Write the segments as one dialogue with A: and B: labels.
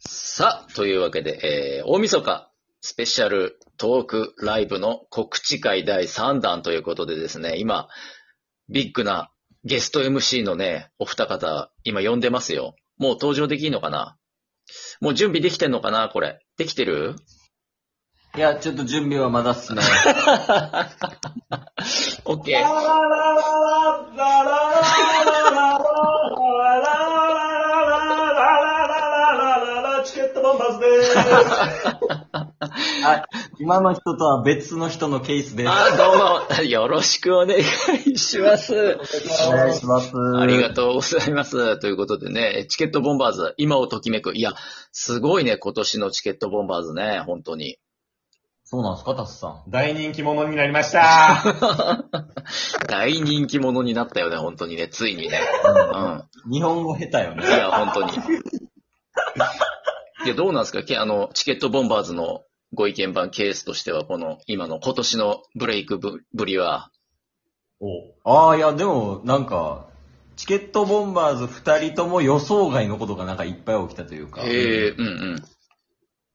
A: さあ、というわけで、えー、大晦日スペシャルトークライブの告知会第3弾ということでですね、今、ビッグなゲスト MC のね、お二方、今呼んでますよ。もう登場できんのかなもう準備できてんのかなこれ。できてる
B: いや、ちょっと準備はまだっすね。
A: ?OK。
C: チケットボンバーズでーす。
B: あ、今の人とは別の人のケースです。
A: あ、どうも、 よろしくお願いします。
B: お願いします。
A: ありがとうございます。ということでね、チケットボンバーズ、今をときめく。いや、すごいね、今年のチケットボンバーズね、本当に。
B: そうなんですか、タスさん。
C: 大人気者になりました。
A: 大人気者になったよね、本当にね、ついにね。うん。
B: 日本語下手よね
A: い。や、本当に。いや、どうなんですかけあの、チケットボンバーズのご意見番ケースとしては、この、今の今年のブレイクぶぶりは。
B: ああ、いや、でも、なんか、チケットボンバーズ二人とも予想外のことがなんかいっぱい起きたというか。
A: へえ、うんうん。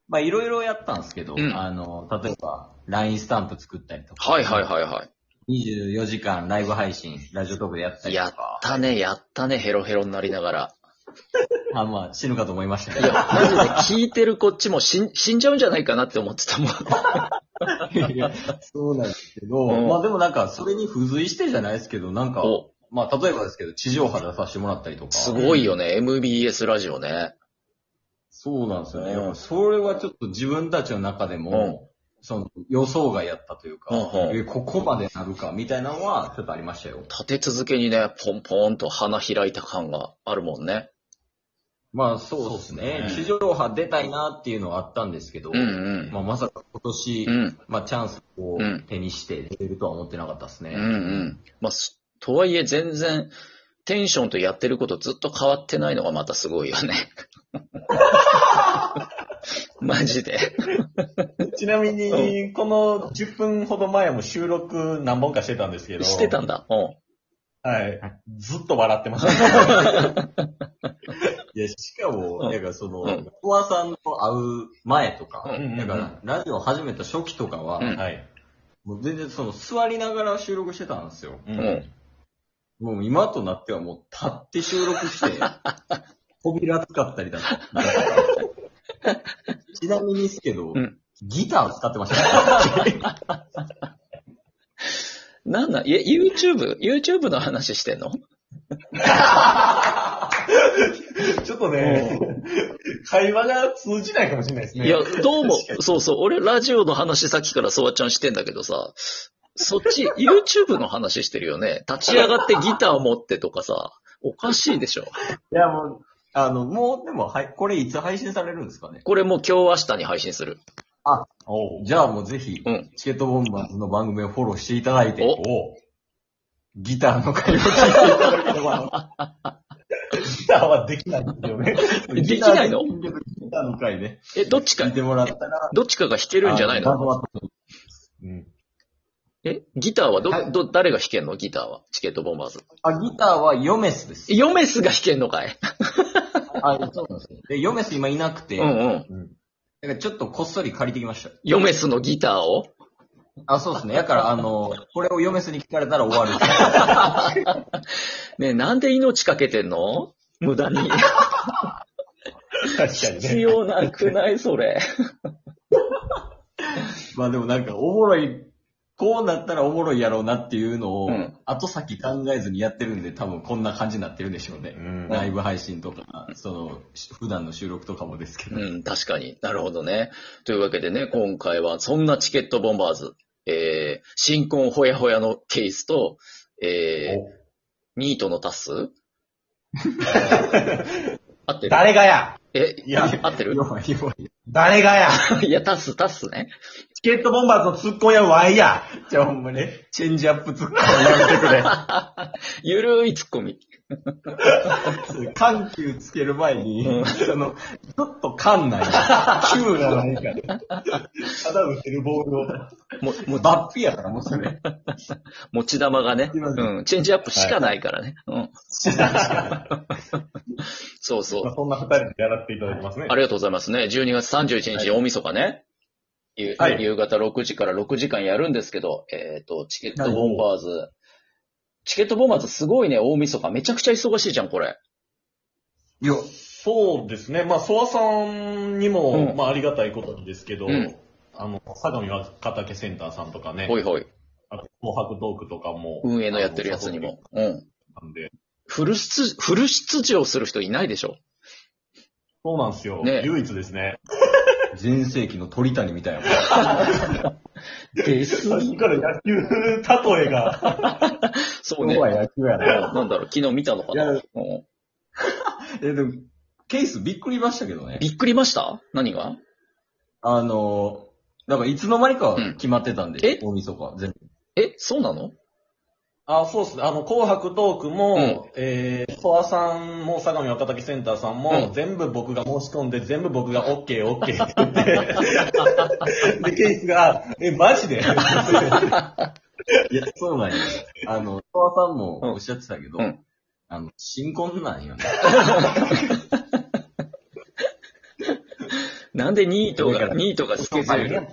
B: まあ、いろいろやったんですけど、
A: うん
B: あの、例えば、LINE スタンプ作ったりとか。
A: はいはいはいは
B: 24時間ライブ配信、ラジオトークでやった
A: い。
B: り
A: や
B: と
A: っ
B: か。
A: たね、やったね、ヘロヘロになりながら。
B: あ、まあ、死ぬかと思いましたけ
A: い
B: ど。
A: や、マジで 聞いてるこっちも死ん死んじゃうんじゃないかなって思ってたもん。
B: いや そうなんですけど、
A: うん
B: まあでもなんか、それに付随してじゃないですけど、なんか、
A: お
B: まあ例えばですけど、地上波出させてもらったりとか。
A: すごいよね、MBS ラジオね。
B: そうなんですよね。
A: うん
B: それはちょっと自分たちの中でも、その予想外やったというか、
A: うんうん
B: えここまでなるかみたいなのはちょっとありましたよ。
A: 立て続けにね、ポンポンと花開いた感があるもんね。
B: まあそうですね。地上波出たいなっていうのはあったんですけど、
A: うんうん。
B: まあ、まさか今年、
A: うん
B: まあチャンスを
A: うん
B: 手にして出れるとは思ってなかったですね。
A: うんうん。まあ、すとはいえ全然、テンションとやってることずっと変わってないのがまたすごいよね。 マジで。
C: ちなみに、この10分ほど前も収録何本かしてたんですけど。
A: してたんだ。うん。
C: はい。ずっと笑ってました。
B: いや、しかも、
A: うん
B: なんかその、
A: うん
B: コ、ア、さんと会う前とか、
A: うん
C: うんうん
B: だから、ラジオ始めた初期とかは、
A: うん
C: はい。
B: もう全然その、座りながら収録してたんですよ。
C: う
A: うんん。
B: もう今となってはもう立って収 録して、扉使ったりだとか。ちなみにですけど、
A: うん
B: ギター使ってました、ね。
A: なんだ、え、YouTube、YouTube の話してんの
C: ちょっとね、会話が通じないかもしれないですね。
A: いや、どうも
C: 確か、に
A: そうそう、俺ラジオの話さっきからソワちゃんしてんだけどさ、そっち、YouTube の話してるよね。立ち上がってギター持ってとかさ、おかしいでしょ。
B: いや、もう、あの、もう、でも、はい、これいつ配信されるんですかね。
A: これもう今日明日に配信する。
C: おう
B: じゃあもうぜひ、
A: うん
B: チケットボンバーズの番組をフォローしていただいて、
A: お
C: おう
B: ギターの会話を聞いていただけれ ば。
C: ギターはできないんですよね。
A: できないの
B: ギターの会ね。
A: え、どっち
B: 聞
A: か
B: い、てもらったら。
A: どっちかが弾けるんじゃない
B: あ
A: の
B: 画像は撮る
C: うん
A: え、ギターはど、
B: はい
A: ど、誰が弾けんのギターは。チケットボンバーズ。
B: あ、ギターはヨメスです。
A: ヨメスが弾けんのかい
B: あ、そうなんですね。で、ヨメス今いなくて、
A: うんうん。
C: うん
B: だからちょっとこっそり借りてきました。
A: ヨメスのギターを
B: あ、そうですね。だから、あの、これをヨメスに聞かれたら終わる。
A: ねえなんで命かけてんの無駄に。
C: 確かに
A: 必
C: ね。
A: 要なくないそれ。
B: まあでもなんか、おもろい、こうなったらおもろいやろうなっていうのを、
A: うん
B: 後先考えずにやってるんで、多分こんな感じになってるんでしょうね。
C: うん
B: ライブ配信とか、その、し普段の収録とかもですけど。
A: うん、確かになるほどね。というわけでね、今回はそんなチケットボンバーズ、えー、新婚ほやほやのケースと、えー、ニートのタ ス合ってる
C: 誰がや
A: え、
C: いや
A: 合ってる
B: 弱い弱い。
C: 誰がや
A: いや、タス、タスね。
C: チケットボンバーズのツッコミはワイや
B: じゃあほんまね、チェンジアップツッコミやめてくれ。
A: ゆるいツッコミ。
B: 緩急つける前に、その、ちょっと噛ん ない。
C: 急がないから。ただ打ってるボールを。
A: もも
B: バッピやから、もうそれ。
A: 持ち玉がね、
B: すいません
A: うん、チェンジアップしかないからね。うん。そうそう
C: まあ、。そんな二人でやらせていただきますね。
A: ありがとうございますね。12月31日、大晦日ね。ゆ
C: はい
A: 夕方6時から6時間やるんですけど、えっ、と、チケットボンバーズ。チケットボンバーズすごいね、大晦日。めちゃくちゃ忙しいじゃん、これ。
B: いや、
C: そうですね。まあ、ソワさんにも、
A: うん
C: まあ、ありがたいことなんですけど、
A: うん
C: あの、相模若竹センターさんとかね、
A: ほいほい。
C: あと、紅白トークとかも。
A: 運営のやってるやつにも。うん。
C: あの。誘ってくれたんで
A: フル出、フル出場する人いないでしょ。
C: そうなんですよ。
A: ね
C: 唯一ですね。
B: 全盛期の鳥谷みたい な。
A: です
C: 最初から野球、例えが。
A: そうね。
B: 野球や。
A: なんだろう、昨日見たのかな。うん
B: え、でも、ケースびっくりましたけどね。
A: びっくりました何が
B: あの、なんかいつの間にか決まってたんで、
A: え
B: 大晦日全部。
A: え、そうなの
C: あ、そうですね。あの、紅白トークも、
A: うん
C: えー、ソワさんも、相模若竹センターさんも、
A: うん
C: 全部僕が申し込んで、全部僕が OK、OK って言 って。で、ケイスが、え、マジで
B: い や、そうなんや。あの、トワさんもおっしゃってたけど、
A: うん
B: あの、新婚なん よね。
A: なんでニート
B: だ
A: が、
B: から
A: ニートがスケジュール。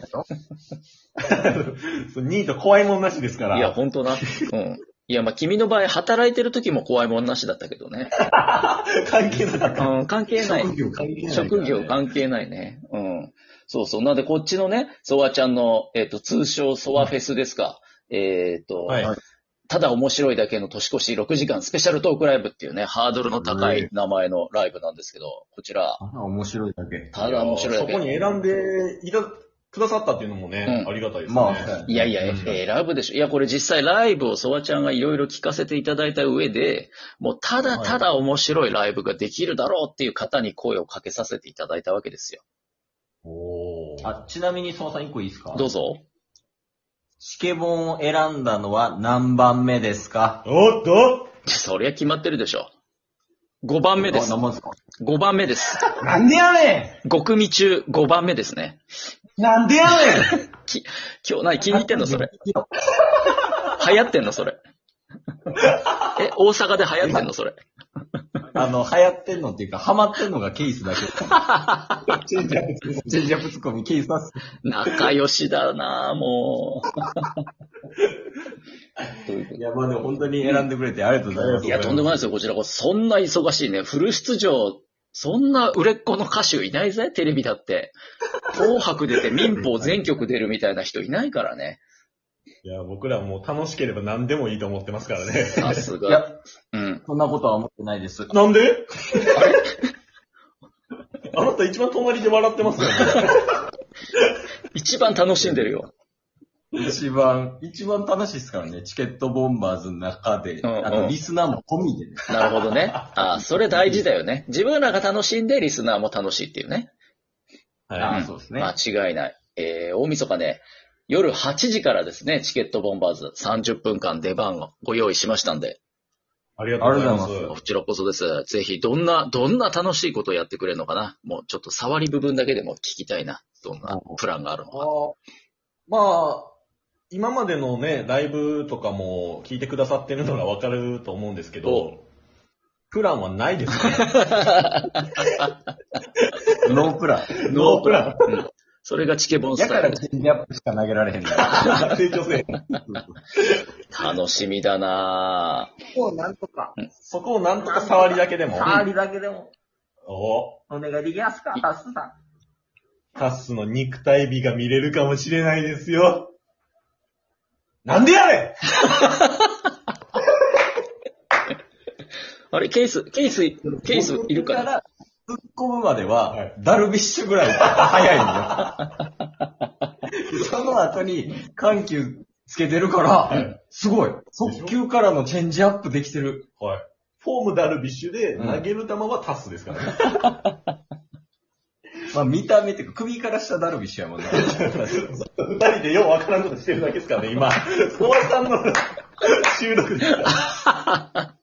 C: ニート怖いもんなしですから。
A: いや、ほんと な。うん。いや、まあ、君の場合、働いてる時も怖いもんなしだったけどね。
C: 関係なかっ た。
A: うん、関係ない。
B: 職業関係ないからね
A: 職業関係ないね。うん。そうそう。なんで、こっちのね、ソワちゃんの、えっ、と、通称ソワフェスですか。えっ、と、
C: はい。
A: ただ面白いだけの年越し6時間スペシャルトークライブっていうね、ハードルの高い名前のライブなんですけど、こちら、
B: あ面白いだけ。
A: ただ面白いだ
C: そこ
A: け。
C: に選んでいた、くださったっていうのもね、
A: うん
C: ありがたいですね。
B: まあ、
A: いやいや、
C: うん
A: 選ぶでしょ。いや、これ実際ライブをソワちゃんがいろいろ聞かせていただいた上で、もうただただ面白いライブができるだろうっていう方に声をかけさせていただいたわけですよ。
C: おー
B: あ、ちなみに、そのさん一個いいですか
A: どうぞ。
B: シケボンを選んだのは何番目ですか
C: おっと
A: そりゃ決まってるでしょ。5番目です
B: あ。何番ですか
A: 5番目です。
B: なんでやね
A: 5組中5番目ですね。
B: んなんでやねん
A: き、今日何気に入ってんのそれ。流行ってんのそれ。え、大阪で流行ってんのそれ。
B: あの、流行ってんのっていうか、ハマってんのがケ ースだけ。チェンジアップ、チェンジアップツッコミ、ケースだっす。
A: 仲良しだなぁもう。ということ
B: い
A: で
B: や、まあでも本当に選んでくれてありがとうございます。
A: いや、とんでもないですよ、こちらこそ。そんな忙しいね。フル出場、そんな売れっ子の歌手いないぜ、テレビだって。紅白出て民放全局出るみたいな人いないからね。
C: いや、僕らもう楽しければ何でもいいと思ってますからね。
A: さす
B: い
A: が。
B: や、
A: うん。
B: そんなことは思ってないです。
C: なんで あなた一番隣で笑ってますよね。
A: 一番楽しんでるよ。
B: 一番、一番楽しいですからね、チケットボンバーズの中で、
A: うんうん
B: あとリスナーも込みでね。
A: なるほどね。ああ、それ大事だよね。自分らが楽しんで、リスナーも楽しいっていうね。
B: あ
A: ん
B: そうですね
A: 間違いない。えー、大晦日ね、夜8時からですね、チケットボンバーズ30分間出番をご用意しましたんで、
C: ありがとうござい
B: ありがと
C: ます。
B: うござい
A: こちらこそです。ぜひ、どんな、どんな楽しいことをやってくれるのかな。もうちょっと触り部分だけでも聞きたいな。どんなプランがあるのか。
C: まあ、今までのね、ライブとかも聞いてくださってるのがわかると思うんですけ
A: お
C: ど、プランはないですね。
B: ノープラン。
C: ノープラ
A: うんそれがチケボンス
B: や
A: タ
B: か
A: イル
B: ら
A: で
B: チェンジアップしか投げられへんから。
C: ン。成長性。
A: 楽しみだなぁ
B: もうなんとか、
C: そこをなんとか触りだけでも。
B: りだけでも、
C: お
B: お願いできますか
A: い
B: タスさ
C: カッスの肉体美が見れるかもしれないですよ。なんでやれ
A: あれ、ケース、ケース、 ケースいるかな
B: ら、突っ込むまでは、
C: はい
B: ダルビッシュぐらい早い んよ。その後に、緩急つけてるから、
C: い
B: すごい。速球からのチェンジアップできてる。
C: はい。フォームダルビッシュで
B: うん
C: 投げる球はタスですからね。
B: まあ見た目っていうか、首から下ダルビッシュやもんね。
C: 二人でようわからんことしてるだけですからね、今。小林さんの収録ですから。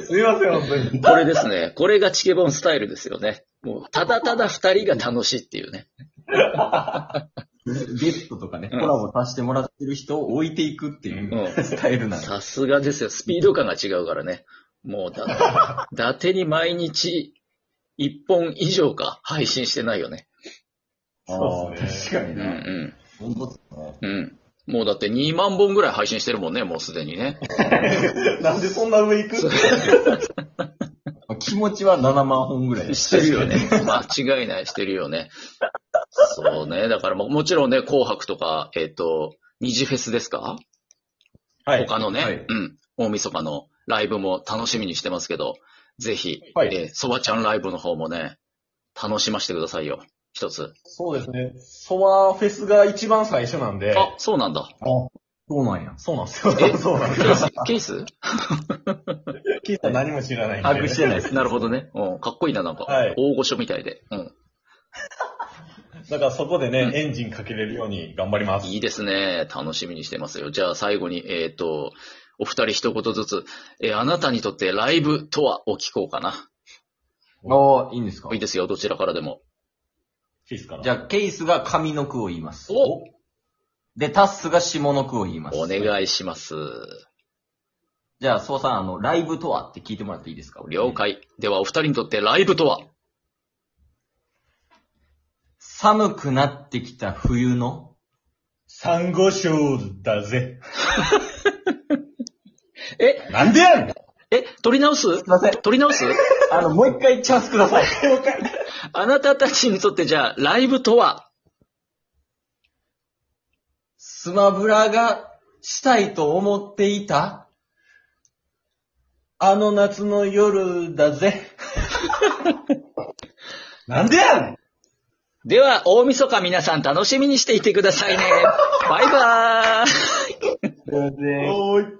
C: すいません、本当に。
A: これですね。これがチケボンスタイルですよね。もう、ただただ二人が楽しいっていうね。
B: ゲストとかね、
A: う
B: コ
A: ん
B: ラボさせてもらってる人を置いていくっていう
A: うん。
B: スタイルなんで。
A: さすがですよ。スピード感が違うからね。もうだ、伊達に毎日1本以上か配信してないよね。
C: そうっす
B: 確か
A: うん
B: にね。
A: う
B: 本当っすね。
A: ん。うん。もうだって2万本ぐらい配信してるもんね、もうすでにね。
C: なんでそんな上行く
B: まあ気持ちは7万本ぐらい。
A: してるよね。間違いない、してるよね。そうね。だからももちろんね、紅白とか、えっ、と、二次フェスですか
C: はい。
A: 他のね、
B: はい
A: うん、大晦日のライブも楽しみにしてますけど、ぜひ、
C: はい
A: えーそばちゃんライブの方もね、楽しませてくださいよ。一つ。
C: そうですね。ソワフェスが一番最初なんで。
A: あ、そうなんだ。
B: あ、そうなんや。
C: そうなんですよ
A: え。
C: そうなんです
A: ケ
C: よ
A: ー。スケース
C: キーさん何も知らないんで。
B: 把握してないです。
A: なるほどね。うん、かっこいいな、なんか。
C: はい
A: 大御所みたいで。うん。
C: だからそこでね、
A: うん
C: エンジンかけれるように頑張ります。
A: いいですね。楽しみにしてますよ。じゃあ最後に、えっ、と、お二人一言ずつ、えーあなたにとってライブとはを聞こうかな。
B: ああ、いいんですか
A: いいですよ。どちらからでも。
C: いいですか
B: じゃあ、ケイスが上の句を言います。
A: お
B: で、タッスが下の句を言います。
A: お願いします。
B: じゃあ、そうさん、あの、ライブとはって聞いてもらっていいですか
A: 了。解。ではお二人にとってライブとは
B: 寒くなってきた冬の、
C: サンゴ礁だぜ。
A: え、
C: なんでやねん
A: え、取り直す
B: すいません。
A: 取り直す
B: あの、もう一回チャンスく ださい。
A: あなたたちにとってじゃあライブとは
B: スマブラがしたいと思っていた
C: あの夏の夜だぜ。 なんでやねん
A: では大晦日皆さん楽しみにしていてくださいね。バイバーイ
B: 全然
C: おーい。